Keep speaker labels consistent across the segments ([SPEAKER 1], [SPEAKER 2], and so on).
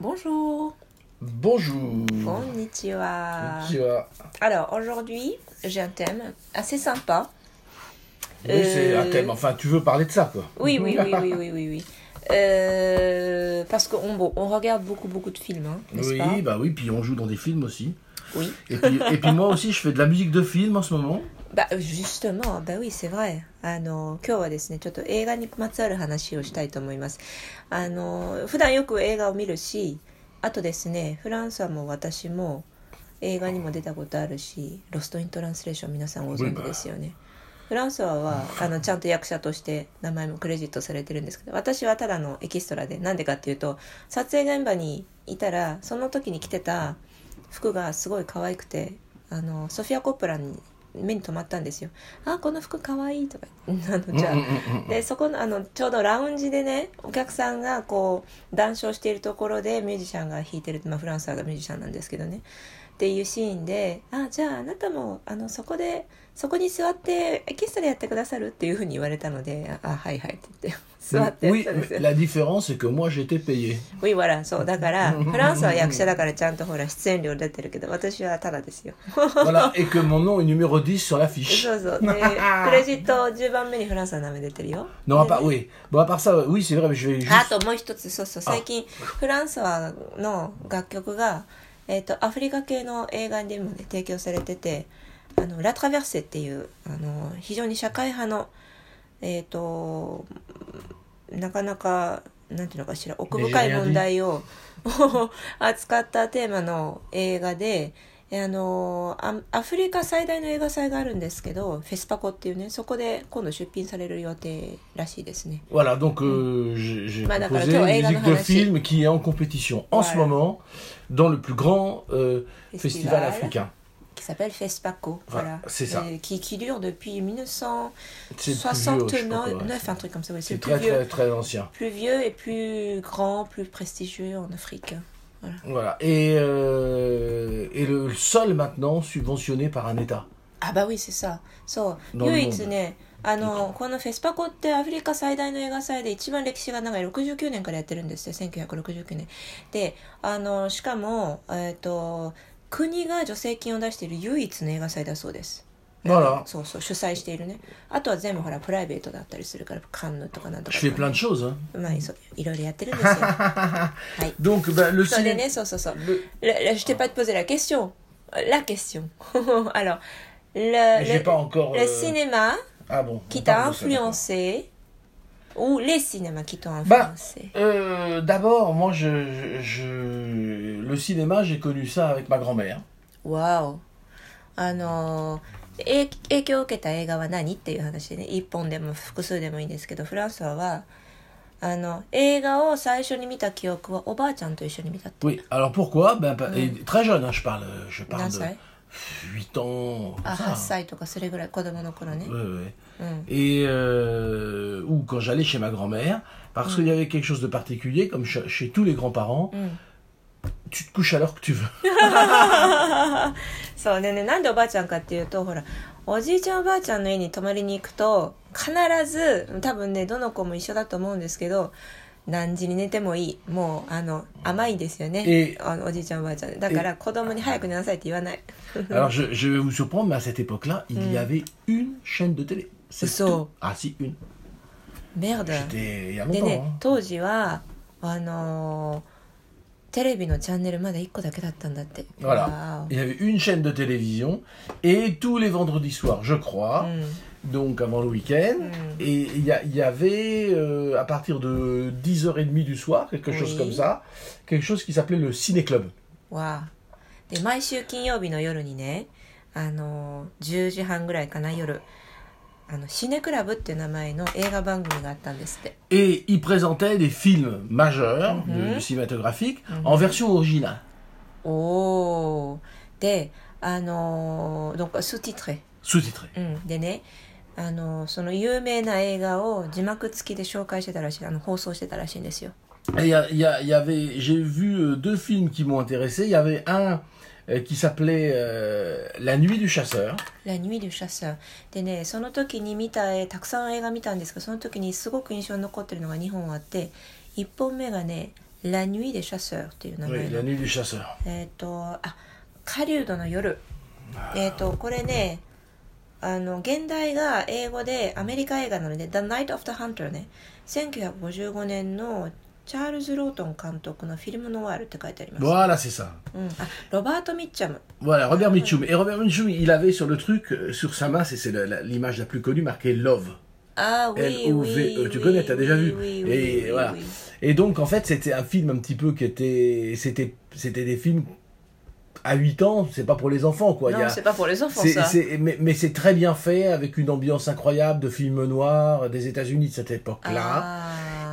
[SPEAKER 1] Bonjour,
[SPEAKER 2] Bonjour.
[SPEAKER 1] konnichiwa.
[SPEAKER 2] Konnichiwa.
[SPEAKER 1] Alors aujourd'hui, j'ai un thème assez sympa.
[SPEAKER 2] Oui, c'est un
[SPEAKER 1] Euh,
[SPEAKER 2] thème. Enfin, tu veux parler de ça, quoi.
[SPEAKER 1] Oui, oui, oui, oui, oui, oui, oui. Euh, parce qu'on bon, on regarde beaucoup, beaucoup de films, hein, n'est-ce
[SPEAKER 2] Oui,
[SPEAKER 1] pas
[SPEAKER 2] bah oui, puis on joue dans des films aussi.
[SPEAKER 1] Oui.
[SPEAKER 2] Et puis, et puis moi aussi, je fais de la musique de film en ce moment.
[SPEAKER 1] Bah justement, bah oui, c'est vrai. あの今日はですね、ちょっと映画にまつわる話をしたいと思います。あの普段よく映画を見るし、あとですね、フランスはもう私も映画にも出たことあるし、ロストイントランスレーション皆さんご存知ですよね。フランスははあのちゃんと役者として名前もクレジットされてるんですけど私はただのエキストラでなんでかっていうと撮影現場にいたらその時に着てた服がすごい可愛くてあのソフィア・コップラに目に留まったんですよ「あこの服可愛いとか言って あのじゃあ
[SPEAKER 2] うんうんうんうん
[SPEAKER 1] でそこのあのちょうどラウンジでねお客さんがこう談笑しているところでミュージシャンが弾いてる、まあ、フランスはミュージシャンなんですけどねっていうシーンで「あじゃああなたもあのそこでそこに座ってエキストラやってくださる?」っていうふうに言われたので「ああはいはい」って言って座ってやっ
[SPEAKER 2] oui,
[SPEAKER 1] たんですよ。
[SPEAKER 2] la différence, c'est que moi, j'étais payé.
[SPEAKER 1] ウィワランそうだからフランスは役者だからちゃんとほら出演料出てるけど私はただですよ。
[SPEAKER 2] voilà, et que mon nom est numéro 10 sur l'affiche.
[SPEAKER 1] そう そうでクレジット10番目にフランスは名前出てるよ。
[SPEAKER 2] Non, à part, oui. Bon, à part ça, oui, c'est vrai, mais je vais juste...
[SPEAKER 1] あともう一つそうそう最近フランスはの楽曲が、えー、とアフリカ系の映画でも、ね、提供されてて「あのラ・トラヴェルセ」っていうあの非常に社会派のえっ、となかなかなんていうのかしら奥深い問題を 扱ったテーマの映画で。えあのアアフリカ最大の映画祭があるんですけどフェスパコっていうねそこで今度出品される予定らしいですね
[SPEAKER 2] Voilà, donc euh, j'ai j'ai
[SPEAKER 1] Bah, d'accord,
[SPEAKER 2] proposé
[SPEAKER 1] toi,
[SPEAKER 2] une
[SPEAKER 1] Egan
[SPEAKER 2] musique de
[SPEAKER 1] Hanashi.
[SPEAKER 2] film qui est en compétition en ce
[SPEAKER 1] Voilà.
[SPEAKER 2] moment dans le plus grand euh,
[SPEAKER 1] Festival.
[SPEAKER 2] festival africain.
[SPEAKER 1] qui s'appelle FESPACO,
[SPEAKER 2] Voilà,
[SPEAKER 1] voilà,
[SPEAKER 2] Ah, c'est ça.
[SPEAKER 1] Et qui, qui dure depuis
[SPEAKER 2] C'est le plus vieux, je sais pas quoi,
[SPEAKER 1] 1969,
[SPEAKER 2] ouais, c'est-
[SPEAKER 1] un truc comme ça, oui, c'est
[SPEAKER 2] C'est
[SPEAKER 1] le plus
[SPEAKER 2] très
[SPEAKER 1] vieux,
[SPEAKER 2] très très ancien.
[SPEAKER 1] plus vieux et plus grand, plus prestigieux en Afrique.
[SPEAKER 2] Voilà. Et, euh, et le sol maintenant subventionné par un État.
[SPEAKER 1] あ、ばい、そうさ、そう、
[SPEAKER 2] なるほど
[SPEAKER 1] 唯一ね、あの、このフェスパコってアフリカ最大の映画祭で一番歴史が長い69年からやってるんですよ、1969年。で、あの、しかも、えっ、と、国が助成金を出している唯一の映画祭だそうです。
[SPEAKER 2] Voilà.
[SPEAKER 1] そうそう、主催しているね。あとは全部ほら、プライベートだったりするから、カンヌとかなんとか
[SPEAKER 2] Je
[SPEAKER 1] とか
[SPEAKER 2] fais plein de choses. hein.
[SPEAKER 1] まあ、そういろいろやってるんですよ。はい。
[SPEAKER 2] Donc bah, le
[SPEAKER 1] それで
[SPEAKER 2] cinéma.
[SPEAKER 1] ね、そうそうそう。La- la- je t'ai pas posé la question. La question. Alors, le,
[SPEAKER 2] J'ai
[SPEAKER 1] le-
[SPEAKER 2] pas encore,
[SPEAKER 1] le
[SPEAKER 2] euh,
[SPEAKER 1] cinéma
[SPEAKER 2] Ah bon. on
[SPEAKER 1] qui t'a
[SPEAKER 2] parle de ça,
[SPEAKER 1] influencé ou les cinémas qui t'ont
[SPEAKER 2] Bah,
[SPEAKER 1] influencé.
[SPEAKER 2] d'accord. Euh, D'abord, moi, je, je- je- le cinéma, j'ai connu ça avec ma grand-mère.
[SPEAKER 1] わお。あのー、え影響を受けた映画は何っていう話でね、一本でも複数でもいいんですけど、フランスは、あの、映画を最初に見た記憶はおばあちゃんと一緒に見たって。
[SPEAKER 2] Oui. Alors pourquoi Ben,
[SPEAKER 1] Mm.
[SPEAKER 2] bah, et Très jeune, hein, je parle. euh, Je
[SPEAKER 1] 何
[SPEAKER 2] parle de
[SPEAKER 1] 歳
[SPEAKER 2] 8 ans. comme
[SPEAKER 1] あ、
[SPEAKER 2] ça,
[SPEAKER 1] 8
[SPEAKER 2] hein.
[SPEAKER 1] 歳とかそれぐらい子供の頃ね。
[SPEAKER 2] Ouais, ouais.
[SPEAKER 1] うん。
[SPEAKER 2] Et euh, ou quand j'allais chez ma grand-mère, parce qu'il y avait quelque chose de particulier, comme che- chez tous les grands-parents,
[SPEAKER 1] うん、
[SPEAKER 2] tu te couches à l'heure que tu veux.
[SPEAKER 1] そうでねなんでおばあちゃんかっていうとほらおじいちゃんおばあちゃんの家に泊まりに行くと必ず多分ねどの子も一緒だと思うんですけど何時に寝てもいいもうあの甘いんですよね
[SPEAKER 2] え
[SPEAKER 1] あのおじいちゃんおばあちゃんだから子供に早く寝なさいって言わない
[SPEAKER 2] Alors je, je vais vous surprendre, mais à cette époque-là, il y avait une chaîne de télé. C'est
[SPEAKER 1] Saut.
[SPEAKER 2] tout. Ah si, une.
[SPEAKER 1] メールだ
[SPEAKER 2] J'étais il y a
[SPEAKER 1] で
[SPEAKER 2] longtemps.
[SPEAKER 1] ね
[SPEAKER 2] hein.
[SPEAKER 1] 当時はあのーテレビのチャンネルまだ1個だけだったんだってわ
[SPEAKER 2] Voilà.
[SPEAKER 1] ー
[SPEAKER 2] Il y avait une chaîne de télévision et tous les vendredis soirs, je crois,
[SPEAKER 1] おうん
[SPEAKER 2] donc avant le week-end, et il y, a- il y avait euh, à partir de 10h30 du soir, quelque chose
[SPEAKER 1] Oui.
[SPEAKER 2] comme ça, quelque chose qui s'appelait le ciné-club.
[SPEAKER 1] わあで毎週金曜日の夜にねあの10時半ぐらいかな夜あのシネクラブっていう名前の映画番組があったんですって
[SPEAKER 2] Et il présentait des films majeurs de- cinématographiques en version originale.
[SPEAKER 1] おおであのどっかスーティトレ
[SPEAKER 2] Sous-titrée.
[SPEAKER 1] うんでねあのその有名な映画を字幕付きで紹介してたらしいあの放送してたらしいんですよ
[SPEAKER 2] Et il y a- il y a- il y avait, j'ai vu euh, deux films qui m'ont intéressé. Il y avait un euh, qui s'appelait euh, La nuit du chasseur.
[SPEAKER 1] La Nuit du Chasseur でねその時に見た絵たくさん映画見たんですけどその時にすごく印象に残ってるのが2本あって1本目がね「 La nuit des chasseursっていう名前
[SPEAKER 2] Oui,
[SPEAKER 1] の
[SPEAKER 2] la nuit du chasseur.
[SPEAKER 1] えっ、とあ狩人の夜えっ、とこれねあの現代が英語でアメリカ映画なので「The Night of the Hunter ね」1955年のチャールズ・ロートン監督のフィルムノワールって書いてあります、
[SPEAKER 2] Voilà, c'est ça.
[SPEAKER 1] うん、あロバート・ミッチャム
[SPEAKER 2] Voilà, Robert Mitchum. Et Robert Mitchum, il avait sur le truc, euh, sur sa main, c'est c'est la- la- l'image la plus connue, marqué Love.
[SPEAKER 1] Ah oui, oui,
[SPEAKER 2] L-O-V-E. E. Tu
[SPEAKER 1] oui,
[SPEAKER 2] connais, t'as déjà
[SPEAKER 1] oui,
[SPEAKER 2] vu.
[SPEAKER 1] oui, oui,
[SPEAKER 2] Et
[SPEAKER 1] oui,
[SPEAKER 2] voilà.
[SPEAKER 1] oui.
[SPEAKER 2] Et donc, en fait, c'était un film un petit peu qui était. C'était c'était des films à 8 ans, c'est pas pour les enfants, quoi. Il y
[SPEAKER 1] Non,
[SPEAKER 2] a-
[SPEAKER 1] c'est pas pour les enfants
[SPEAKER 2] c'est-
[SPEAKER 1] ça.
[SPEAKER 2] c'est- mais mais c'est très bien fait, avec une ambiance incroyable de films noirs des États-Unis de cette époque-là.
[SPEAKER 1] Ah.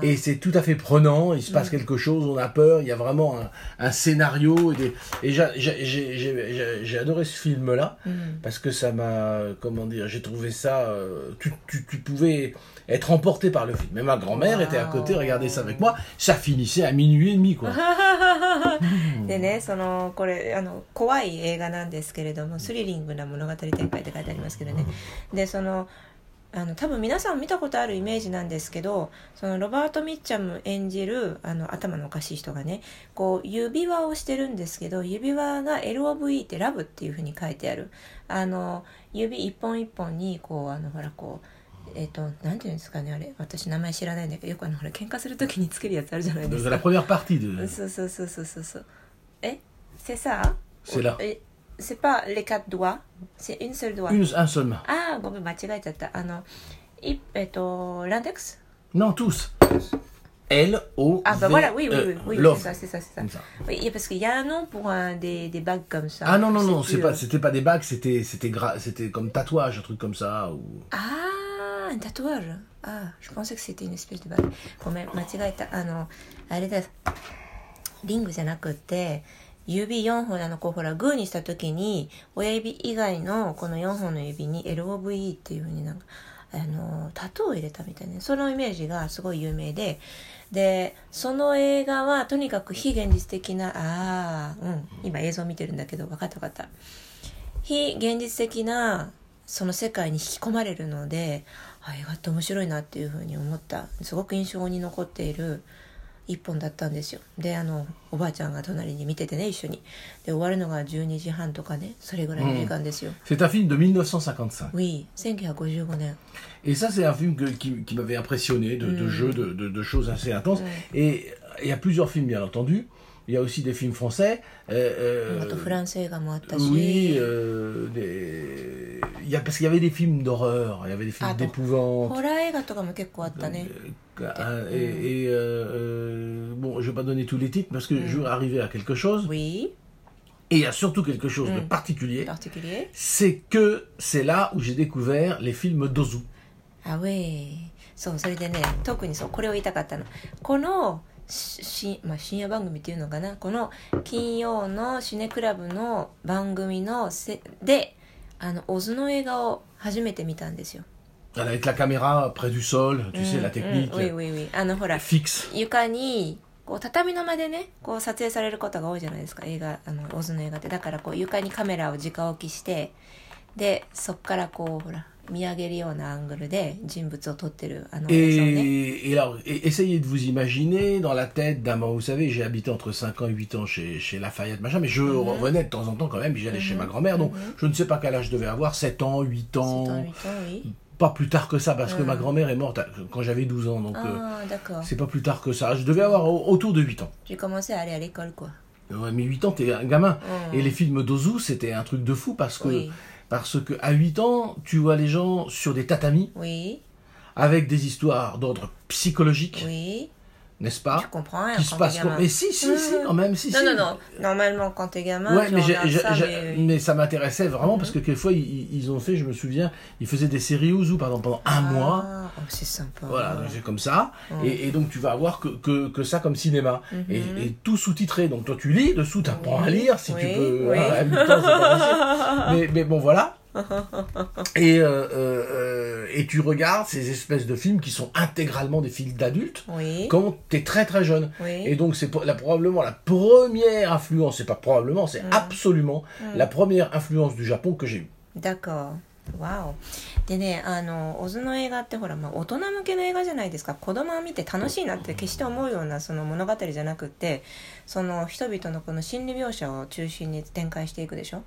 [SPEAKER 2] Et c'est tout à fait prenant, il se
[SPEAKER 1] Mm.
[SPEAKER 2] passe quelque chose, on a peur, il y a vraiment un, un scénario. Et, des- et j'a- j'ai- j'ai- j'ai j'ai- j'ai adoré ce film-là,
[SPEAKER 1] Mm.
[SPEAKER 2] parce que ça m'a, euh, comment dire, j'ai trouvé ça, euh, tu, tu, tu pouvais être emporté par le film. Mais ma grand-mère était à côté,
[SPEAKER 1] Wow.
[SPEAKER 2] regardait ça avec moi, ça finissait à minuit et demi, quoi.
[SPEAKER 1] Ah. でねそのこれあの怖い映画なんですけれどもスリリングな物語展開って書いてありますけどねでそのあの多分皆さん見たことあるイメージなんですけどそのロバート・ミッチャム演じるあの頭のおかしい人がねこう指輪をしてるんですけど指輪が LOVE ってラブっていうふうに書いてあるあの指一本一本にこうあのほらこうえっ、となんていうんですかねあれ私名前知らないんだけどよくあのほら喧嘩する時につけるやつあるじゃないですか
[SPEAKER 2] De la première partie de.
[SPEAKER 1] そうそうそうそうそうそう。え、c'est ça?
[SPEAKER 2] C'est là.
[SPEAKER 1] え、c'est pas les quatre doigts, c'est une seule doigt. Ah,
[SPEAKER 2] Une, un seul main.
[SPEAKER 1] ああ、ごめん間違えちゃった。あの、いえっとランデックス？
[SPEAKER 2] Non, tous. L, O,
[SPEAKER 1] あ、
[SPEAKER 2] V,
[SPEAKER 1] ばばら、oui Ah, bah oui oui oui,
[SPEAKER 2] E,
[SPEAKER 1] c'est
[SPEAKER 2] Love.
[SPEAKER 1] ça c'est ça c'est ça.
[SPEAKER 2] Comme ça.
[SPEAKER 1] Oui, et parce qu'il y a un nom pour un des des bagues comme ça.
[SPEAKER 2] Ah non non
[SPEAKER 1] Je sais
[SPEAKER 2] non, c'est
[SPEAKER 1] plus,
[SPEAKER 2] pas
[SPEAKER 1] euh.
[SPEAKER 2] c'était pas des bagues, c'était c'était gra- c'était comme tatouage, un truc comme ça ou
[SPEAKER 1] Ah, un tatouage. Ah, je pensais que c'était une espèce de bague. ごめん間違えた。あのあれだ。リングじゃなくて指4本あのこうほらグーにした時に親指以外のこの4本の指に LOVE っていう風になんかあのタトゥーを入れたみたいなそのイメージがすごい有名ででその映画はとにかく非現実的なあーうん今映像見てるんだけど分かった分かった非現実的なその世界に引き込まれるのであ映画って面白いなっていう風に思ったすごく印象に残っている一本だったんですよであのおばあちゃんが隣に見ててね一緒にで終わるのが12時半とかねそれぐらいの時間ですよ、
[SPEAKER 2] C'est un film de 1955.
[SPEAKER 1] Oui 1955年
[SPEAKER 2] Et ça c'est un film que- qui, qui m'avait impressionné de,
[SPEAKER 1] Mm.
[SPEAKER 2] de jeux de, de- de choses assez intenses. Et il y a plusieurs films bien entendu. Il y a aussi des films français. Euh,
[SPEAKER 1] あ
[SPEAKER 2] euh,
[SPEAKER 1] とフランス映画もあったし、
[SPEAKER 2] oui, euh, des- il y a, parce qu'il y avait des films d'horreur, il y avait des films
[SPEAKER 1] Ah, bon.
[SPEAKER 2] d'épouvante.
[SPEAKER 1] ホラー映画とかも結構あったね、
[SPEAKER 2] Euh,
[SPEAKER 1] Mm.
[SPEAKER 2] Et, et, euh, euh, bon, je vais pas donner tous les titres parce que je veux arriver à quelque chose.
[SPEAKER 1] Mm. Oui
[SPEAKER 2] Et il y a surtout quelque chose de
[SPEAKER 1] Mm.
[SPEAKER 2] particulier,
[SPEAKER 1] particulier
[SPEAKER 2] c'est que c'est là où j'ai découvert les films d'Ozu.
[SPEAKER 1] あウェイそうそれでね特にそうこれを言いたかったのこのしし、まあ、深夜番組っていうのかなこの金曜のシネクラブの番組のせであのオズの映画を初めて見たんですよ
[SPEAKER 2] Avec la caméra près du sol, tu sais,
[SPEAKER 1] う
[SPEAKER 2] la
[SPEAKER 1] んうん
[SPEAKER 2] technique
[SPEAKER 1] うん、oui, oui, oui. あのほら
[SPEAKER 2] fixe.
[SPEAKER 1] 床にこう畳の間でねこう撮影されることが多いじゃないですか映画あのオズの映画ってだからこう床にカメラを直置きしてでそっからこうほら見上げるようなアングルで人物を撮ってるあの映像ね
[SPEAKER 2] Et, et alors, et- essayez de vous imaginer dans la tête d'un moment, vous savez, j'ai habité entre 5 ans et 8 ans chez, chez Lafayette, machin, mais je
[SPEAKER 1] Mm-hmm.
[SPEAKER 2] revenais de temps en temps quand même, j'allais chez ma grand-mère, donc je ne sais pas quel âge je devais avoir, 7 ans, 8 ans,
[SPEAKER 1] 外見たい
[SPEAKER 2] pas plus tard que ça,
[SPEAKER 1] Mm.
[SPEAKER 2] parce que ma grand-mère est morte à- quand j'avais 12 ans, donc euh,
[SPEAKER 1] ああだから
[SPEAKER 2] c'est pas plus tard que ça. Je devais avoir au- autour de 8 ans.
[SPEAKER 1] Ah, j'ai commencé à aller à l'école quoi
[SPEAKER 2] Ouais, mais 8 ans, t'es un gamin.
[SPEAKER 1] Mm.
[SPEAKER 2] Et les films d'Ozu, c'était un truc de fou parce que,
[SPEAKER 1] Oui.
[SPEAKER 2] parce que à 8 ans, tu vois les gens sur des tatamis
[SPEAKER 1] oui
[SPEAKER 2] avec des histoires d'ordre psychologique,
[SPEAKER 1] oui
[SPEAKER 2] n'est-ce
[SPEAKER 1] tu
[SPEAKER 2] pas
[SPEAKER 1] comprends rien
[SPEAKER 2] Ah, Qui se
[SPEAKER 1] quand t'es
[SPEAKER 2] passe
[SPEAKER 1] gamin
[SPEAKER 2] comme... Mais si, si, si,
[SPEAKER 1] Mm.
[SPEAKER 2] quand même, si,
[SPEAKER 1] non
[SPEAKER 2] si.
[SPEAKER 1] non non normalement quand t'es gamin
[SPEAKER 2] Ouais,
[SPEAKER 1] tu
[SPEAKER 2] mais, j'ai-
[SPEAKER 1] regardes
[SPEAKER 2] j'ai-
[SPEAKER 1] ça,
[SPEAKER 2] j'ai-
[SPEAKER 1] mais- Mhm.
[SPEAKER 2] mais ça m'intéressait vraiment parce que quelquefois ils, ils ont fait, je me souviens, ils faisaient des séries Ozu pendant, pendant un mois.
[SPEAKER 1] Ah, oh, c'est sympa
[SPEAKER 2] Voilà, donc c'est comme ça. Et, et donc tu vas avoir que, que, que ça comme cinéma. et, et tout sous-titré. Donc toi tu lis, dessous tu apprends à lire si tu
[SPEAKER 1] Mhm. Oui,
[SPEAKER 2] peux.
[SPEAKER 1] oui.
[SPEAKER 2] À 8 ans, c'est pas possible. mais, mais bon voilà. Et, euh, euh, euh, et tu regardes ces espèces de films qui sont intégralement des films d'adultes
[SPEAKER 1] oui
[SPEAKER 2] quand tu es très très jeune.
[SPEAKER 1] Oui.
[SPEAKER 2] Et donc c'est pour- la, probablement la première influence, c'est pas probablement, c'est absolument la première influence du Japon que j'ai eue.
[SPEAKER 1] d'accord わおでねあのオズの映画ってほら、まあ、大人向けの映画じゃないですか子供を見て楽しいなって決して思うようなその物語じゃなくてその人々のこの心理描写を中心に展開していくでしょ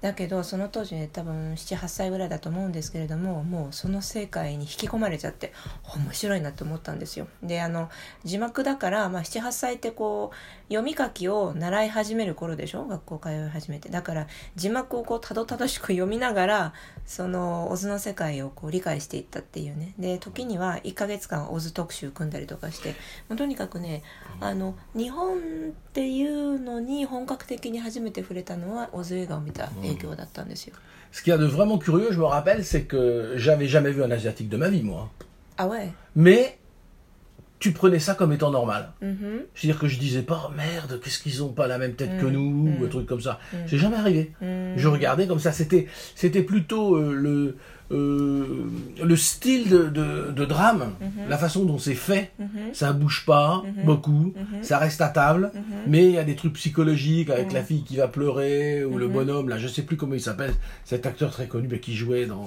[SPEAKER 1] だけどその当時ね多分78歳ぐらいだと思うんですけれどももうその世界に引き込まれちゃって面白いなって思ったんですよであの字幕だから、まあ、78歳ってこう読み書きを習い始める頃でしょ学校通い始めてだから字幕をこうたどたどしく読みながらそのオズの世界をこう理解していったっていうねで時には1ヶ月間オズ特集組んだりとかしてもうとにかくねあの日本っていうのに本格的に初めて触れたのはオズ映画を見た影響だったんですよ、
[SPEAKER 2] Ce qu'il y a de vraiment curieux, je me rappelle, c'est que j'avais jamais vu un asiatique de ma vie, moi.
[SPEAKER 1] あわい
[SPEAKER 2] Mais tu prenais ça comme étant normal.
[SPEAKER 1] うんふん
[SPEAKER 2] C'est-à-dire que je disais pas, oh merde, qu'est-ce qu'ils ont pas la même tête que
[SPEAKER 1] Mm,
[SPEAKER 2] nous, ou un truc comme ça. C'est jamais arrivé. Je regardais comme ça. C'était, c'était plutôt euh, le, euh, le style de, de- de drame,
[SPEAKER 1] Mm-hmm.
[SPEAKER 2] la façon dont c'est fait. Ça bouge pas beaucoup,
[SPEAKER 1] Mm-hmm.
[SPEAKER 2] ça reste à table, mais il y a des trucs psychologiques
[SPEAKER 1] Mm.
[SPEAKER 2] avec la fille qui va pleurer, ou
[SPEAKER 1] Mm-hmm.
[SPEAKER 2] le bonhomme, là, je sais plus comment il s'appelle, cet acteur très connu mais qui jouait dans.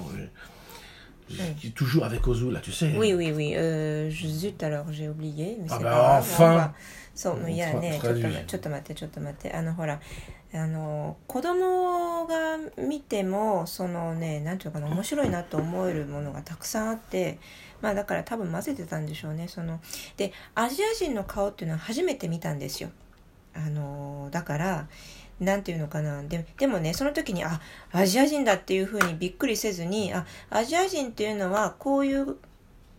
[SPEAKER 2] euh, qui est toujours avec Ozu, là, tu sais. Mm.
[SPEAKER 1] Oui, oui, oui. Euh, je- zut, alors j'ai oublié. Mais
[SPEAKER 2] Ah
[SPEAKER 1] c'est
[SPEAKER 2] bah,
[SPEAKER 1] pas grave,
[SPEAKER 2] enfin.
[SPEAKER 1] on va- そう、もういやね、ちょっ
[SPEAKER 2] Enfin,
[SPEAKER 1] と
[SPEAKER 2] traduit.
[SPEAKER 1] ちょっと待って、ちょっと待って。あの、ほら、あの、子供が見ても、そのね、なんていうのかな、面白いなと思えるものがたくさんあって、まあだから多分混ぜてたんでしょうね。その、で、アジア人の顔っていうのは初めて見たんですよ。あの、だから、なんていうのかなででもねその時にあアジア人だっていうふうにびっくりせずにあアジア人っていうのはこういう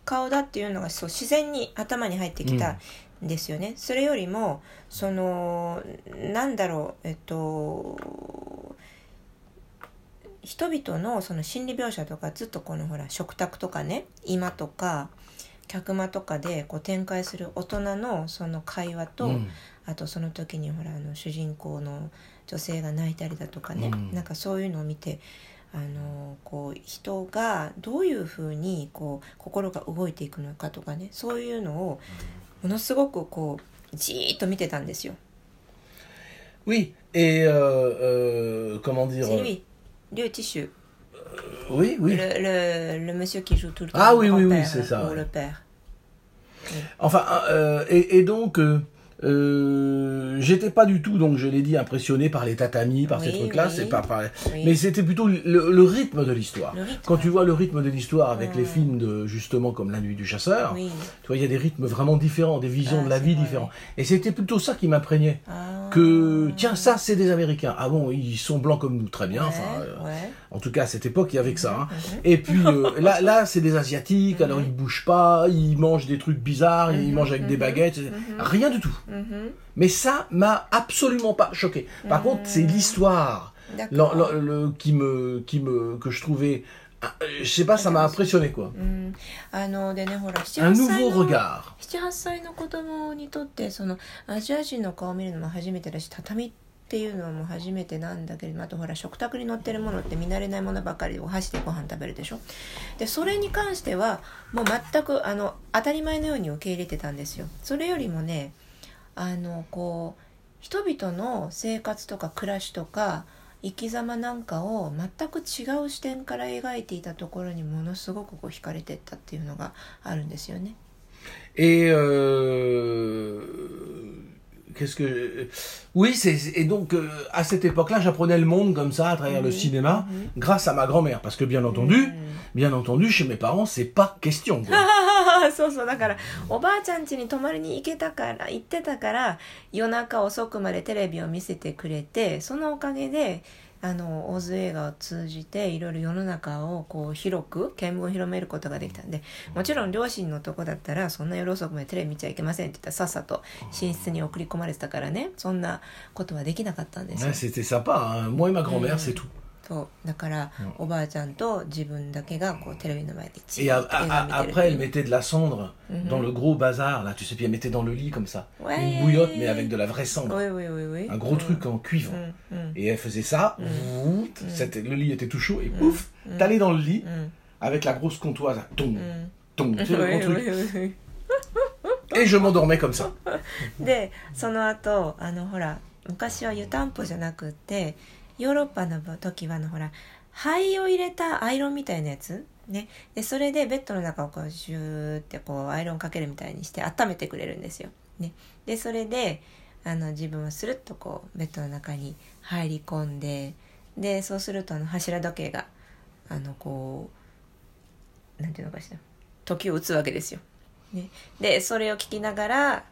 [SPEAKER 1] 顔だっていうのがそう自然に頭に入ってきたんですよね、それよりもそのなんだろうえっと人々のその心理描写とかずっとこのほら食卓とかね居間とか客間とかでこう展開する大人のその会話と、
[SPEAKER 2] Mm.
[SPEAKER 1] あとその時にほらあの主人公の女性が泣いたりだとかね、
[SPEAKER 2] うん
[SPEAKER 1] なんかそういうのを見てあのこう人がどういうふうにこう心が動いていくのかとかねそういうのをものすごくこうじーっと見てたんですよ。
[SPEAKER 2] Oui, et euh, euh, comment dire euh,
[SPEAKER 1] セリュリュウ・ティシュ
[SPEAKER 2] Oui, oui.
[SPEAKER 1] ルルルムシュキジュトルト
[SPEAKER 2] あ oui,
[SPEAKER 1] の
[SPEAKER 2] oui,
[SPEAKER 1] オ
[SPEAKER 2] oui,
[SPEAKER 1] ペラ
[SPEAKER 2] c'est ça,
[SPEAKER 1] オ
[SPEAKER 2] ouais.
[SPEAKER 1] ルペラ
[SPEAKER 2] Enfin, euh, et, et donc, euh, euh, j'étais pas du tout, donc je l'ai dit, impressionné par les tatamis, par ces
[SPEAKER 1] Oui,
[SPEAKER 2] trucs-là.
[SPEAKER 1] oui.
[SPEAKER 2] C'est pas pareil.
[SPEAKER 1] Oui.
[SPEAKER 2] Mais c'était plutôt le, le rythme de l'histoire.
[SPEAKER 1] Le rythme,
[SPEAKER 2] Quand tu
[SPEAKER 1] ouais. Ah.
[SPEAKER 2] vois le rythme de l'histoire avec les films de justement comme La Nuit du chasseur,
[SPEAKER 1] Oui.
[SPEAKER 2] tu vois, il y a des rythmes vraiment différents, des visions
[SPEAKER 1] Ah,
[SPEAKER 2] de la
[SPEAKER 1] c'est
[SPEAKER 2] vie
[SPEAKER 1] vrai,
[SPEAKER 2] différentes. Et c'était plutôt ça qui m'imprégnait.
[SPEAKER 1] あー
[SPEAKER 2] Que tiens, ça, c'est des Américains. Ah bon, ils sont blancs comme nous, très
[SPEAKER 1] ね
[SPEAKER 2] bien. Enfin, euh,
[SPEAKER 1] ね
[SPEAKER 2] en tout cas, à cette époque, il y avait que ça. hein. Et puis euh, là, là c'est des Asiatiques, alors ils bougent pas, ils mangent des trucs bizarres, ils mangent avec des baguettes, rien du tout.
[SPEAKER 1] うんふん
[SPEAKER 2] Mais ça m'a absolument pas choqué. Par contre, c'est l'histoire l'en-
[SPEAKER 1] だ
[SPEAKER 2] l'en- le- qui me, qui me, que je trouvais, ah, euh, je sais pas, ça m'a impressionné quoi.
[SPEAKER 1] うん、あのでねほら7
[SPEAKER 2] Un
[SPEAKER 1] 8歳
[SPEAKER 2] nouveau
[SPEAKER 1] の
[SPEAKER 2] regard.
[SPEAKER 1] 78歳の子供にとってそのアジア人の顔を見るのも初めてだし畳っていうのも初めてなんだけれどあとほら食卓に乗ってるものって見慣れないものばかりでお箸でご飯食べるでしょでそれに関してはもう全くあの当たり前のように受け入れてたんですよそれよりもねあのこう人々の生活とか暮らしとか生き様なんかを全く違う視点から描いていたところにものすごくこう惹かれてったっていうのがあるんですよね。
[SPEAKER 2] Et euh, qu'est-ce que oui c'est et donc euh, à cette époque-là j'apprenais le monde comme ça à travers le cinéma grâce à ma grand-mère parce que bien entendu bien entendu chez mes parents c'est pas question quoi. Hein,
[SPEAKER 1] あー そうそうだからおばあちゃん家に泊まりに行けたから行ってたから夜中遅くまでテレビを見せてくれてそのおかげであのオズ映画を通じていろいろ世の中をこう広く見聞を広めることができたんでもちろん両親のとこだったらそんな夜遅くまでテレビ見ちゃいけませんって言ったらさっさと寝室に送り込まれてたからねそんなことはできなかったんですよ
[SPEAKER 2] Ouais, c'était sympa hein. moi et ma grand-mère c'est tout
[SPEAKER 1] そうだからおばあちゃんと自分だけがこうテレビの前で一
[SPEAKER 2] et
[SPEAKER 1] 応
[SPEAKER 2] à- à-
[SPEAKER 1] 映画
[SPEAKER 2] à-
[SPEAKER 1] を見てる
[SPEAKER 2] après elle mettait Mhm. de la cendre dans le gros bazar là tu sais puis elle mettait dans le lit comme ça
[SPEAKER 1] Ouais.
[SPEAKER 2] une bouillotte mais avec de la vraie cendre
[SPEAKER 1] おいおいおいおい
[SPEAKER 2] un gros truc en cuivre
[SPEAKER 1] うんうん
[SPEAKER 2] et elle faisait ça vroom, c'était- le lit était tout chaud et pouf t'allais dans le lit
[SPEAKER 1] うん
[SPEAKER 2] avec la grosse comptoise, là, tong, tong, tu
[SPEAKER 1] う
[SPEAKER 2] sais,
[SPEAKER 1] ん
[SPEAKER 2] le
[SPEAKER 1] おい
[SPEAKER 2] gros
[SPEAKER 1] お
[SPEAKER 2] truc.
[SPEAKER 1] いおいおい
[SPEAKER 2] Et je m'endormais comme ça.
[SPEAKER 1] でその後あのほら昔は湯たんぽじゃなくってヨーロッパの時はあのほら灰を入れたアイロンみたいなやつ、ね、でそれでベッドの中をこうジューってこうアイロンかけるみたいにして温めてくれるんですよ。ね、でそれであの自分はスルッとこうベッドの中に入り込んででそうするとあの柱時計があのこうなんていうのかしら時を打つわけですよ。ね、でそれを聞きながら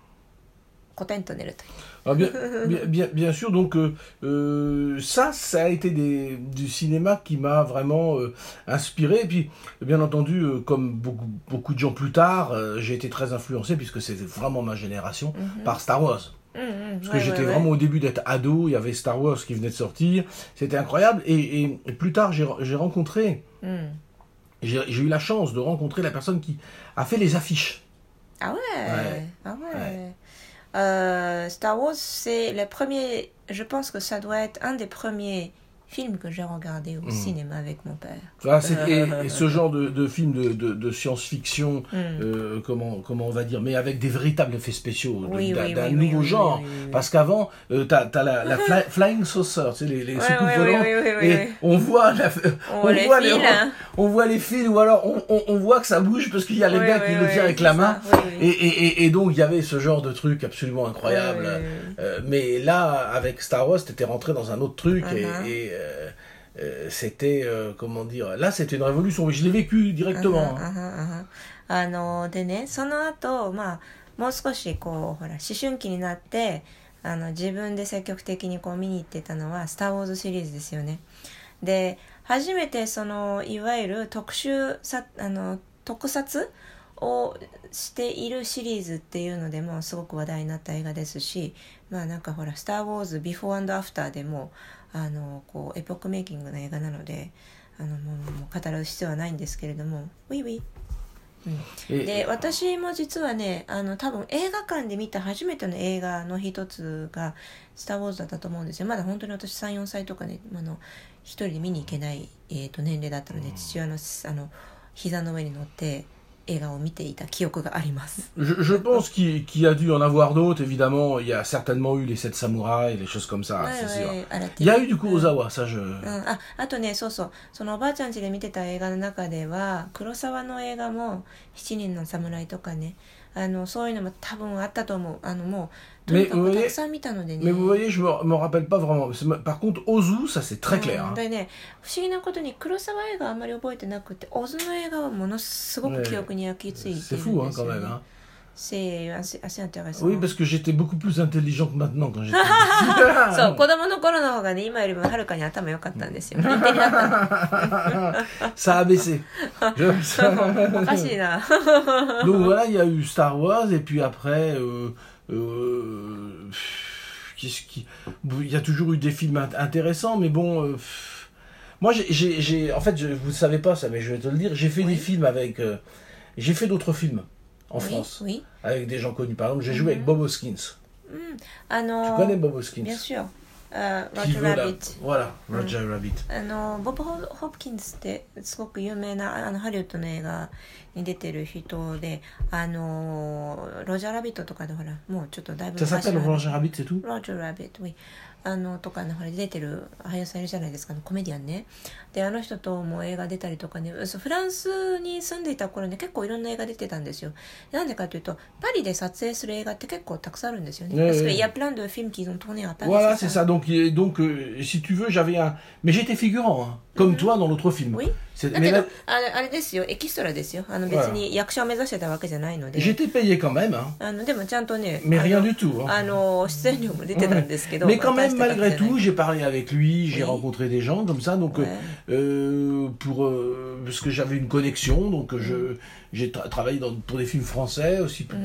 [SPEAKER 1] コテンと寝るという。
[SPEAKER 2] Alors, Ah, bien, bien, bien- bien sûr, donc euh, euh, ça, ça a été des- du cinéma qui m'a vraiment euh, inspiré. Et puis, bien entendu, euh, comme beaucoup, beaucoup de gens plus tard, euh, j'ai été très influencé, puisque c'était vraiment ma génération, par Star Wars.
[SPEAKER 1] うんうんは
[SPEAKER 2] Parce que
[SPEAKER 1] いはい
[SPEAKER 2] j'étais
[SPEAKER 1] はい
[SPEAKER 2] vraiment au début d'être ado, il y avait Star Wars qui venait de sortir, c'était incroyable. Et, et- et plus tard, j'ai j'ai rencontré,
[SPEAKER 1] うん、
[SPEAKER 2] j'ai j'ai eu la chance de rencontrer la personne qui a fait les affiches.
[SPEAKER 1] Ah ouais,
[SPEAKER 2] Ouais.
[SPEAKER 1] Ah ouais.
[SPEAKER 2] Ouais.
[SPEAKER 1] Euh, Star Wars, c'est le premier. Je pense que ça doit être un des premiers films que j'ai regardé
[SPEAKER 2] Mm.
[SPEAKER 1] au cinéma avec mon père.
[SPEAKER 2] Voilà, Ah, c'est- et, et ce genre de, de film de, de- de science-fiction,
[SPEAKER 1] Mm.
[SPEAKER 2] euh, comment, comment on va dire, mais avec des véritables effets spéciaux de-
[SPEAKER 1] Oui,
[SPEAKER 2] d'un
[SPEAKER 1] oui,
[SPEAKER 2] d'un
[SPEAKER 1] oui, oui,
[SPEAKER 2] nouveau
[SPEAKER 1] oui,
[SPEAKER 2] genre.
[SPEAKER 1] oui, oui, oui.
[SPEAKER 2] Parce qu'avant, euh, t'as t'as la, la fly- flying saucer, tu sais, les, les
[SPEAKER 1] Ouais, ouais,
[SPEAKER 2] soucoupes
[SPEAKER 1] oui,
[SPEAKER 2] volantes,
[SPEAKER 1] oui, oui, oui,
[SPEAKER 2] et
[SPEAKER 1] oui.
[SPEAKER 2] on voit, la-
[SPEAKER 1] On voit les fils, hein.
[SPEAKER 2] on voit les fils, ou alors on, on- on voit que ça bouge parce qu'il y a Ah, les
[SPEAKER 1] Oui,
[SPEAKER 2] gars
[SPEAKER 1] oui,
[SPEAKER 2] qui le
[SPEAKER 1] oui,
[SPEAKER 2] tirent avec
[SPEAKER 1] c'est
[SPEAKER 2] la
[SPEAKER 1] ça.
[SPEAKER 2] main.
[SPEAKER 1] Oui, oui.
[SPEAKER 2] Et, et- et- et donc il y avait ce genre de truc absolument incroyable.
[SPEAKER 1] Oui, oui,
[SPEAKER 2] Euh, mais là, avec Star Wars, t'étais rentré dans un autre truc et-
[SPEAKER 1] Mhm.
[SPEAKER 2] et, euh, euh, c'était euh, comment dire Là, c'était une révolution. Je l'ai vécu directement. hein.
[SPEAKER 1] あはんあはんあのでねその後、まあもう少しこうほら思春期になってあの自分で積極的にこう見に行ってたのは「スター・ウォーズ」シリーズですよね。で初めてそのいわゆる特集さあの特撮をしているシリーズっていうのでもすごく話題になった映画ですしまあなんかほら「スター・ウォーズ」ビフォーアフターでもあのこうエポックメイキングの映画なのであのもうもう語る必要はないんですけれどもウィウィ
[SPEAKER 2] Et-
[SPEAKER 1] で私も実はねあの多分映画館で見た初めての映画の一つが「スター・ウォーズ」だったと思うんですよまだ本当に私34歳とかねあの一人で見に行けない、えー、と年齢だったので父親のあの膝の上に乗って映画を見ていた記憶があります。
[SPEAKER 2] Je, je pense qu'il qu'il y a dû en avoir d'autres. Évidemment, il y a certainement eu les sept samouraïs, les choses comme ça.
[SPEAKER 1] はい
[SPEAKER 2] c'est
[SPEAKER 1] は
[SPEAKER 2] sûr.
[SPEAKER 1] いあらって
[SPEAKER 2] Il y a eu du Kurosawa, ça je.
[SPEAKER 1] うん、ああとねそうそうそのおばあちゃん家で見てた映画の中では黒沢の映画も「七人の侍」とかねあのそういうのも多分あったと思うあのもうとにか
[SPEAKER 2] ね
[SPEAKER 1] く
[SPEAKER 2] 上
[SPEAKER 1] たくさん見たのでね
[SPEAKER 2] Mais vous voyez, je me, me rappelle pas vraiment. C'est ma- Par contre, Ozu, ça c'est très clair.
[SPEAKER 1] う
[SPEAKER 2] hein.
[SPEAKER 1] んでね不思議なことに黒沢映画あんまり覚えてなくて小津の映画はものすごく記憶に焼き付いているんですよ、ね
[SPEAKER 2] C'est fou hein, quand même. hein.
[SPEAKER 1] せーあせあせんてあがそう
[SPEAKER 2] Oui, parce que j'étais beaucoup plus intelligent que maintenant quand j'étais.
[SPEAKER 1] そう子供の頃の方がね今よりもはるかに頭良かったんですよ
[SPEAKER 2] ça a baissé. Je-
[SPEAKER 1] おかしいな
[SPEAKER 2] Donc voilà, il y a eu Star Wars et puis après, euh, euh, pff, qu'est-ce qui, il y a toujours eu des films int- intéressants, mais bon, euh, pff, moi j'ai- j'ai, j'ai- en fait, je, vous ne savez pas ça, mais je vais te le dire, j'ai fait
[SPEAKER 1] Oui.
[SPEAKER 2] des films avec, euh, j'ai fait d'autres films en
[SPEAKER 1] oui,
[SPEAKER 2] France
[SPEAKER 1] oui.
[SPEAKER 2] avec des gens connus. Par exemple, j'ai joué avec Bob Hoskins.
[SPEAKER 1] あの
[SPEAKER 2] Tu
[SPEAKER 1] ー
[SPEAKER 2] connais Bob Hoskins
[SPEAKER 1] Ah, bien sûr. Euh,
[SPEAKER 2] Qui
[SPEAKER 1] Roger
[SPEAKER 2] veut la-
[SPEAKER 1] Rabbit. Mhm.
[SPEAKER 2] Voilà, Roger Rabbit.
[SPEAKER 1] あのボブ・ホプキンスってすごく有名なあのハリウッドの映画に出てる人であのロジャー・ラビットとかでほらもうちょっとだいぶ
[SPEAKER 2] Ça
[SPEAKER 1] 昔
[SPEAKER 2] s'appelle
[SPEAKER 1] の
[SPEAKER 2] Roger Rabbit, c'est tout
[SPEAKER 1] ロジャー・ラビット、oui あのとかのほら出てる俳優さんいるじゃないですかコメディアンねであの人とも映画出たりとかねそうフランスに住んでいた頃ね結構いろんな映画出てたんですよなんでかというとパリで撮影する映画って結構たくさんあるんですよね、
[SPEAKER 2] ええ
[SPEAKER 1] parce qu'il y a plein de films qu'ils ont tourné à Paris
[SPEAKER 2] Voilà,
[SPEAKER 1] Bah, c'est
[SPEAKER 2] c'est
[SPEAKER 1] ça
[SPEAKER 2] ça. Donc, il- donc euh, si tu veux, j'avais un. Mais j'étais figurant, hein, comme toi dans l'autre film.
[SPEAKER 1] Mhm. Oui. Ah,
[SPEAKER 2] C'est-
[SPEAKER 1] だけ
[SPEAKER 2] mais
[SPEAKER 1] ど
[SPEAKER 2] là-
[SPEAKER 1] あれあれですよエキストラですよあの
[SPEAKER 2] ほら
[SPEAKER 1] 別に役者を目指してたわけじゃないので
[SPEAKER 2] J'étais payé quand même, hein,
[SPEAKER 1] あのでもちゃんとね
[SPEAKER 2] mais
[SPEAKER 1] あの
[SPEAKER 2] rien du tout. hein.
[SPEAKER 1] あの出演料も出てたんですけど
[SPEAKER 2] Mais quand même,
[SPEAKER 1] まあ大した
[SPEAKER 2] malgré
[SPEAKER 1] 額じゃない
[SPEAKER 2] tout, j'ai parlé avec lui,
[SPEAKER 1] Oui.
[SPEAKER 2] j'ai rencontré des gens comme ça, donc euh,
[SPEAKER 1] Ouais.
[SPEAKER 2] euh, pour euh, parce que j'avais une connexion, donc euh,
[SPEAKER 1] Mm.
[SPEAKER 2] je j'ai tra- travaillé dans, pour des films français aussi. pour-
[SPEAKER 1] Mm-hmm.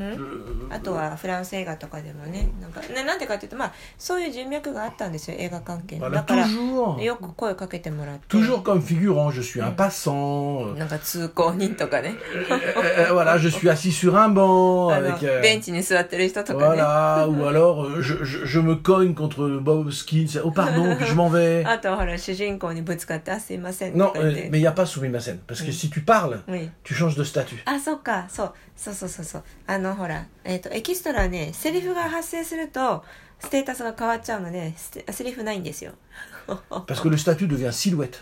[SPEAKER 2] euh,
[SPEAKER 1] あとはフランス映画とかでもねなんかななんでかっていうとまあそういう人脈があったんですよ映画関係の
[SPEAKER 2] voilà,
[SPEAKER 1] だから
[SPEAKER 2] toujours,
[SPEAKER 1] よく声かけてもらって
[SPEAKER 2] toujours comme figurant, je suis un
[SPEAKER 1] Mm.
[SPEAKER 2] passant. euh,
[SPEAKER 1] なんか通行人とかね Oh.
[SPEAKER 2] euh, voilà, je suis assis sur un banc
[SPEAKER 1] あの
[SPEAKER 2] avec. euh,
[SPEAKER 1] ベンチに座ってる人とかね
[SPEAKER 2] voilà, ou alors euh, je, je, je me cogne contre Bob Skins. Oh pardon, puis je m'en vais.
[SPEAKER 1] あとはほら主人公にぶつかって「あすいません」と
[SPEAKER 2] Non,
[SPEAKER 1] か言って
[SPEAKER 2] euh, mais il n'y a pas Soumimasen, parce
[SPEAKER 1] Mm.
[SPEAKER 2] que si tu parles,
[SPEAKER 1] うん
[SPEAKER 2] tu changes de statut.
[SPEAKER 1] あそっかそうそうそうそうそうあのほら、えー、とエキストラはねセリフが発生するとステータスが変わっちゃうのでステセリフないんですよ
[SPEAKER 2] Parce que le statut devient silhouette.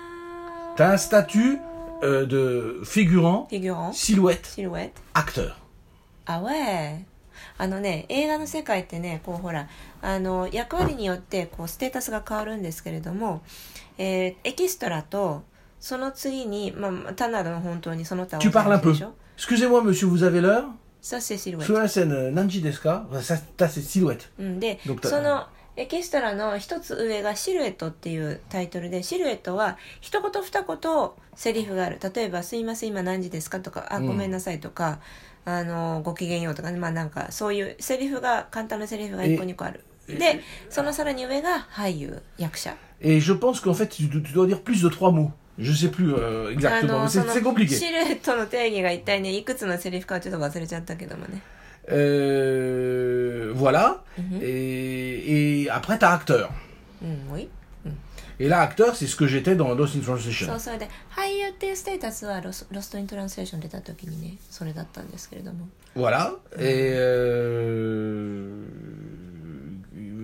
[SPEAKER 1] Ah
[SPEAKER 2] T'as un statut euh, de figurant,
[SPEAKER 1] figurant,
[SPEAKER 2] silhouette,
[SPEAKER 1] シルエット
[SPEAKER 2] acteur.
[SPEAKER 1] あわえあのね映画の世界ってねこうほらあの役割によってこうステータスが変わるんですけれども、えーエキストラとその次に、まあ、単なる本当にその他
[SPEAKER 2] Tu
[SPEAKER 1] 大勢の
[SPEAKER 2] parles un
[SPEAKER 1] 人
[SPEAKER 2] peu.
[SPEAKER 1] でしょ
[SPEAKER 2] Excusez-moi, monsieur, vous avez l'heure
[SPEAKER 1] そしてシルエット、
[SPEAKER 2] Sur la scène, euh, Nanji Deska, ça, ça, c'est silhouette.
[SPEAKER 1] うん、で
[SPEAKER 2] ドクター
[SPEAKER 1] そのエキストラの一つ上が「シルエット」っていうタイトルでシルエットは一言二言セリフがある例えば「すいません今何時ですか?」とか「あ
[SPEAKER 2] うん
[SPEAKER 1] ごめんなさい」とか「あのごきげんよう」とかねまあなんかそういうセリフが簡単なセリフが一個
[SPEAKER 2] え
[SPEAKER 1] 二個あるでそのさらに上が俳優役者
[SPEAKER 2] Et je pense qu'en fait, tu, tu dois dire plus de trois mots. Je sais plus euh,
[SPEAKER 1] あ
[SPEAKER 2] exactement,
[SPEAKER 1] の
[SPEAKER 2] mais
[SPEAKER 1] そ
[SPEAKER 2] c'est
[SPEAKER 1] の
[SPEAKER 2] c'est
[SPEAKER 1] シ
[SPEAKER 2] compliqué.
[SPEAKER 1] ルエットの定義が一体ねいくつのセリフかちょっと忘れちゃったけどもね
[SPEAKER 2] Euh, voilà.
[SPEAKER 1] Mhm.
[SPEAKER 2] Et, et après, t'as acteur.
[SPEAKER 1] うんもういい
[SPEAKER 2] Et là, acteur, c'est ce que j'étais dans Lost in Translation.
[SPEAKER 1] そうそれで俳優っていうステータスはロス「ロスト・イン・トランスレーション」出た時にねそれだったんですけれども
[SPEAKER 2] Voilà. Et euh,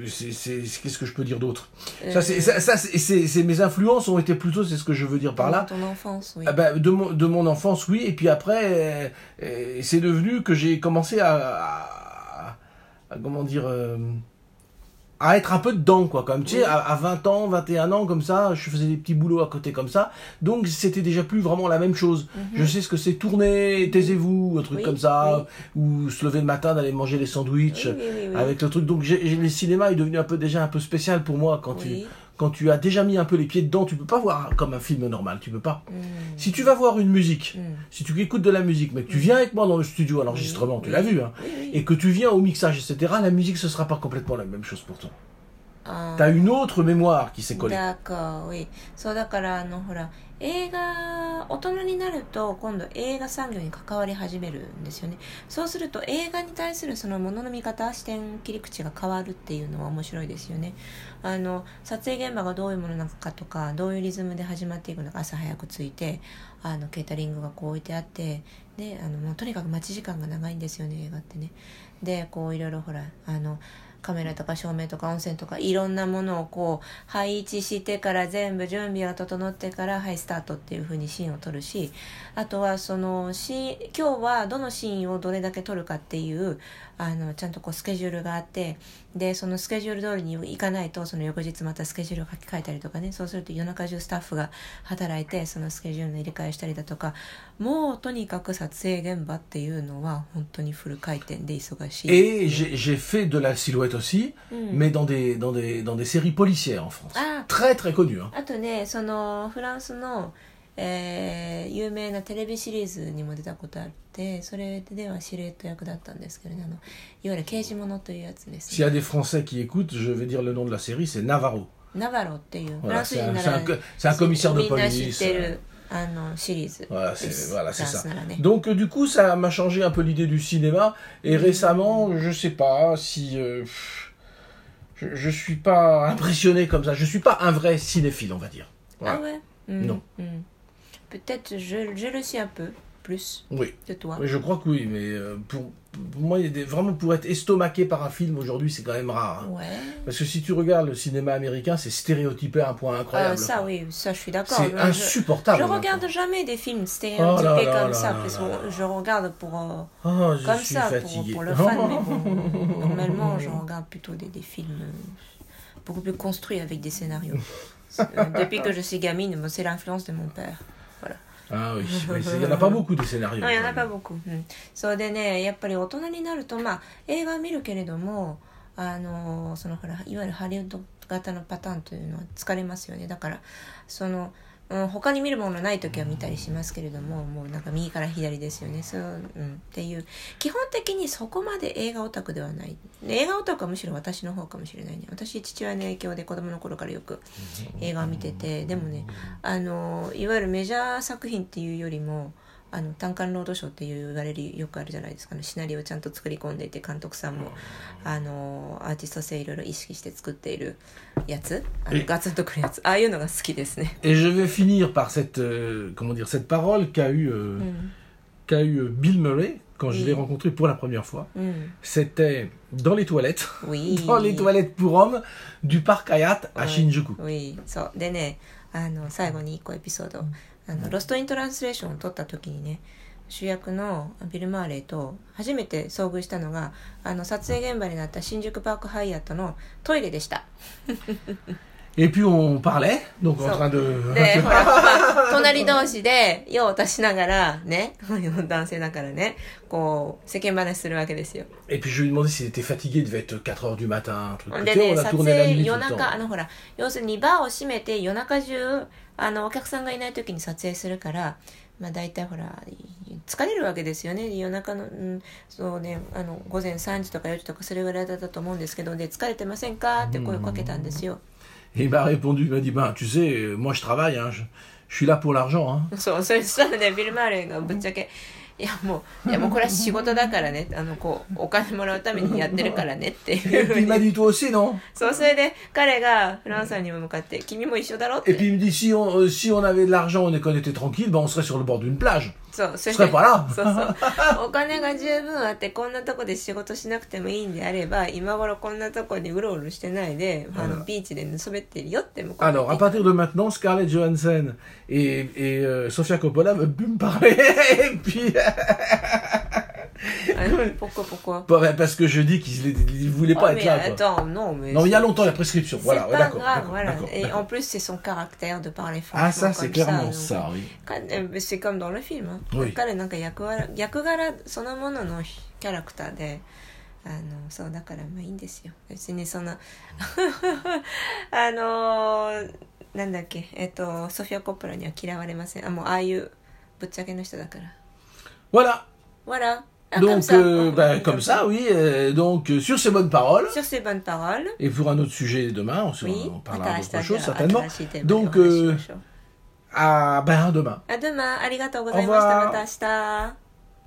[SPEAKER 2] c'est- c'est- c'est- qu'est-ce que je peux dire d'autre Ça, c'est- ça, ça, c'est- c'est- c'est- mes influences ont été plutôt, c'est ce que je veux dire par là.
[SPEAKER 1] Ton enfance, oui.
[SPEAKER 2] Ah bah, de, mon, de mon enfance, oui. Et puis après, euh, euh, c'est devenu que j'ai commencé à, à- à- comment dire, euh, à être un peu dedans, quoi. Comme tu sais, à, à 20 ans, 21 ans, comme ça, je faisais des petits boulots à côté comme ça. Donc c'était déjà plus vraiment la même chose. Je sais ce que c'est tourner, taisez-vous, un truc
[SPEAKER 1] Mhm. Oui,
[SPEAKER 2] comme ça, ou se lever le matin, d'aller manger les sandwichs.
[SPEAKER 1] Oui, oui, oui, oui.
[SPEAKER 2] Avec le truc, donc j'ai- j'ai- le cinéma est devenu un peu déjà un peu spécial pour moi quand
[SPEAKER 1] Oui.
[SPEAKER 2] tu quand tu as déjà mis un peu les pieds dedans, tu peux pas voir comme un film normal, tu peux pas.
[SPEAKER 1] Mm.
[SPEAKER 2] Si tu vas voir une musique,
[SPEAKER 1] Mm.
[SPEAKER 2] si tu écoutes de la musique, mais que tu viens avec moi dans le studio à l'enregistrement, tu l'as vu, hein,
[SPEAKER 1] Oui, oui.
[SPEAKER 2] et que tu viens au mixage, etc., la musique, ce sera pas complètement la même chose pour toi.
[SPEAKER 1] Ah.
[SPEAKER 2] T'as une autre mémoire qui s'est collée.
[SPEAKER 1] だから、oui そうだからあのほら映画大人になると今度映画産業に関わり始めるんですよねそうすると映画に対するそのものの見方視点切り口が変わるっていうのは面白いですよねあの撮影現場がどういうものなのかとかどういうリズムで始まっていくのか朝早く着いてあのケータリングがこう置いてあってであのもうとにかく待ち時間が長いんですよね映画ってねでこういろいろほらあのカメラとか照明とか音声とかいろんなものをこう配置してから全部準備が整ってからはいスタートっていう風にシーンを撮るしあとはそのシーン今日はどのシーンをどれだけ撮るかっていうあのちゃんとこうスケジュールがあってでそのスケジュール通りに行かないとその翌日またスケジュールを書き換えたりとかねそうすると夜中中スタッフが働いてそのスケジュールの入れ替えをしたりだとかもうとにかく撮影現場っていうのは本当にフル回転で忙しい。
[SPEAKER 2] Et j'ai j'ai fait de la silhouette aussi, mais dans des, dans, des, dans des séries policières en France.
[SPEAKER 1] Mm. Ah.
[SPEAKER 2] Très très connues. hein.
[SPEAKER 1] あとねそのフランスの、えー有名なテレビシリーズにも出たことあってそれではシルエット役だったんですけどねあのいわゆる刑事物というやつです
[SPEAKER 2] S'il y
[SPEAKER 1] ね
[SPEAKER 2] a des Français qui écoutent, je vais dire le nom de la série, c'est Navarro.
[SPEAKER 1] ナバロっていうフラ
[SPEAKER 2] Voilà,
[SPEAKER 1] ンス
[SPEAKER 2] c'est
[SPEAKER 1] 人
[SPEAKER 2] un,
[SPEAKER 1] な
[SPEAKER 2] c'est
[SPEAKER 1] ら
[SPEAKER 2] un co- c'est un commissaire de
[SPEAKER 1] みんな知っ
[SPEAKER 2] police.
[SPEAKER 1] て
[SPEAKER 2] euh,
[SPEAKER 1] るあのシリーズ
[SPEAKER 2] Voilà,
[SPEAKER 1] で
[SPEAKER 2] c'est
[SPEAKER 1] すフ
[SPEAKER 2] voilà, c'est
[SPEAKER 1] ラン
[SPEAKER 2] ça.
[SPEAKER 1] スならね
[SPEAKER 2] Donc euh, du coup, ça m'a changé un peu l'idée du cinéma. Et récemment, je sais pas si euh, pff, je, je suis pas impressionné comme ça. Je suis pas un vrai cinéphile, on va dire.
[SPEAKER 1] あ
[SPEAKER 2] Voilà.
[SPEAKER 1] ouais. うん、
[SPEAKER 2] Non.
[SPEAKER 1] うん、peut-être je, je le suis un peu plus
[SPEAKER 2] Oui,
[SPEAKER 1] que toi
[SPEAKER 2] Oui, je crois que oui, mais euh, pour, pour moi, il y a des- vraiment pour être estomaqué par un film aujourd'hui, c'est quand même rare. hein.
[SPEAKER 1] ouais
[SPEAKER 2] Parce que si tu regardes le cinéma américain, c'est stéréotypé à un point
[SPEAKER 1] Ah,
[SPEAKER 2] incroyable.
[SPEAKER 1] ça oui ça je suis d'accord
[SPEAKER 2] C'est
[SPEAKER 1] Je-
[SPEAKER 2] insupportable. hein.
[SPEAKER 1] Je
[SPEAKER 2] maintenant.
[SPEAKER 1] regarde jamais des films
[SPEAKER 2] Ah, Oh là
[SPEAKER 1] stéréotypés
[SPEAKER 2] là
[SPEAKER 1] comme
[SPEAKER 2] là
[SPEAKER 1] ça,
[SPEAKER 2] là
[SPEAKER 1] parce
[SPEAKER 2] là
[SPEAKER 1] que je regarde pour, euh,
[SPEAKER 2] Oh, je
[SPEAKER 1] comme
[SPEAKER 2] suis
[SPEAKER 1] ça, pour,
[SPEAKER 2] fatigué.
[SPEAKER 1] pour le fan, mais bon, normalement, je regarde plutôt des, des films euh, beaucoup plus construits avec des scénarios. Euh, Depuis que je suis gamine, bon, c'est l'influence de mon père.
[SPEAKER 2] Ah oui, mais c'est- il n'y en a pas beaucoup des scénarios.
[SPEAKER 1] うんいやなんか僕、うん、それでねやっぱり大人になるとまあ映画は見るけれどもあのそのほらいわゆるハリウッド型のパターンというのは疲れますよねだからその、うん、他に見るものない時は見たりしますけれどももうなんか右から左ですよねそう、うん、っていう基本的にそこまで映画オタクではない映画オタクはむしろ私の方かもしれないね私父親の影響で子供の頃からよく映画を見ててでもねあのいわゆるメジャー作品っていうよりもあの単管ロードショーっていう言われるよくあるじゃないですか、ね、シナリオをちゃんと作り込んでいて監督さんもあのアーティスト性いろいろ意識して作っているやつあの
[SPEAKER 2] え
[SPEAKER 1] ガツンとくるやつああいうのが好きですね。
[SPEAKER 2] Et je vais finir par cette, euh, comment dire, cette parole qu'a eu, euh,
[SPEAKER 1] うん
[SPEAKER 2] qu'a eu euh, Bill Murray quand je
[SPEAKER 1] Oui.
[SPEAKER 2] l'ai rencontré pour la première fois.
[SPEAKER 1] うん、
[SPEAKER 2] C'était dans les toilettes,
[SPEAKER 1] Oui.
[SPEAKER 2] dans les toilettes pour hommes du parc Hayat à Shinjuku.
[SPEAKER 1] うんそうでねああの最後に1個エピソード「あのロスト・イン・トランスレーション」を撮った時にね主役のビル・マーレーと初めて遭遇したのがあの撮影現場になった新宿パークハイアットのトイレでした。
[SPEAKER 2] Et puis on parlait, donc en
[SPEAKER 1] So-
[SPEAKER 2] train de...
[SPEAKER 1] で、ほら、まあ隣同士で、用を足しながら、ね、 男性だからね、こう、世間話するわけですよ。
[SPEAKER 2] Et puis je lui ai demandé s'il était fatigué, il devait être 4h du matin, un truc comme ça.
[SPEAKER 1] で
[SPEAKER 2] Tu sais,
[SPEAKER 1] ね、
[SPEAKER 2] On a
[SPEAKER 1] 撮
[SPEAKER 2] tourné la
[SPEAKER 1] 影
[SPEAKER 2] nuit tout
[SPEAKER 1] 夜
[SPEAKER 2] le
[SPEAKER 1] 中、あ
[SPEAKER 2] temps.
[SPEAKER 1] のほら、要するにバーを閉めて夜中中、あの、お客さんがいない時に撮影するから、まあ大体ほら、疲れるわけですよね。夜中の、うん、そうね、あの、午前3時とか4時とかそれぐらいだったと思うんですけど、で、疲れてませんかって声をかけたんですよ。
[SPEAKER 2] Et il m'a répondu, il m'a dit, ben tu sais, euh, moi je travaille, hein, je, je suis là pour l'argent. Hein.
[SPEAKER 1] そう、それしたらね、ビル・マーレーがぶっちゃけ、いやもう、いやもうこれは仕事だからね、あの、こう、お金もらうためにやってるからねってい
[SPEAKER 2] Et
[SPEAKER 1] うふ
[SPEAKER 2] puis
[SPEAKER 1] う
[SPEAKER 2] il m'a
[SPEAKER 1] に。
[SPEAKER 2] dit, toi aussi, non
[SPEAKER 1] そう、それで彼がフランさんにも向かって、君も一緒だろっ
[SPEAKER 2] Et puis
[SPEAKER 1] て。
[SPEAKER 2] il me dit, si on, euh, si on avait de l'argent et qu'on était tranquille, ben on serait sur le bord d'une plage.
[SPEAKER 1] そう、そ
[SPEAKER 2] On
[SPEAKER 1] れで
[SPEAKER 2] serait pas là.
[SPEAKER 1] そうそう。お金が十分あって、こんなとこで仕事しなくてもいいんであれば、今頃こんなとこにうろうろしてないで、あの、ビーチで寝そべってるよって向こうに言っ
[SPEAKER 2] Alors,
[SPEAKER 1] て
[SPEAKER 2] à partir de maintenant, Scarlett Johansson et, et euh, Sofia Coppola veulent plus me parler. et puis, euh,
[SPEAKER 1] あのポコポコ。
[SPEAKER 2] bah, parce que je dis qu'ils ne voulaient pas
[SPEAKER 1] あ Oh,
[SPEAKER 2] être
[SPEAKER 1] mais
[SPEAKER 2] là. quoi.
[SPEAKER 1] attends, non, mais
[SPEAKER 2] Non, mais il y a
[SPEAKER 1] c'est-
[SPEAKER 2] longtemps la prescription.
[SPEAKER 1] C'est
[SPEAKER 2] Voilà, ouais,
[SPEAKER 1] pas
[SPEAKER 2] d'accord.
[SPEAKER 1] grave,
[SPEAKER 2] d'accord,
[SPEAKER 1] voilà.
[SPEAKER 2] d'accord,
[SPEAKER 1] Et
[SPEAKER 2] d'accord.
[SPEAKER 1] en plus, c'est son caractère de parler franchement.
[SPEAKER 2] Ah, ça, c'est
[SPEAKER 1] comme Ah,
[SPEAKER 2] clairement
[SPEAKER 1] donc.
[SPEAKER 2] ça, oui.
[SPEAKER 1] かえc'est comme dans le film. hein.
[SPEAKER 2] Oui.
[SPEAKER 1] 彼なんか役柄役柄そのもののキャラクターで。あのそうだからまあいいんですよ別にそん なあのなんだっけえっとソフィア・コップラには嫌われませんあもうああいうぶっちゃけの人だから
[SPEAKER 2] Voilà.
[SPEAKER 1] voilà Ah, comme
[SPEAKER 2] Donc,
[SPEAKER 1] ça.
[SPEAKER 2] euh, ben, comme ça, oui. euh, donc, euh, sur ces bonnes paroles.
[SPEAKER 1] sur ces bonnes paroles
[SPEAKER 2] Et pour un autre sujet demain, on, se-
[SPEAKER 1] oui
[SPEAKER 2] on
[SPEAKER 1] ま
[SPEAKER 2] parlera
[SPEAKER 1] た明
[SPEAKER 2] d'autre
[SPEAKER 1] 日じ
[SPEAKER 2] chose
[SPEAKER 1] ゃあ
[SPEAKER 2] certainement.
[SPEAKER 1] 新しいテーマでお話
[SPEAKER 2] Donc,
[SPEAKER 1] しし
[SPEAKER 2] euh,
[SPEAKER 1] ましょう
[SPEAKER 2] à ben, à demain.
[SPEAKER 1] あ、ドゥマン、ありがとうございまし
[SPEAKER 2] Au
[SPEAKER 1] た。
[SPEAKER 2] revoir
[SPEAKER 1] また明日。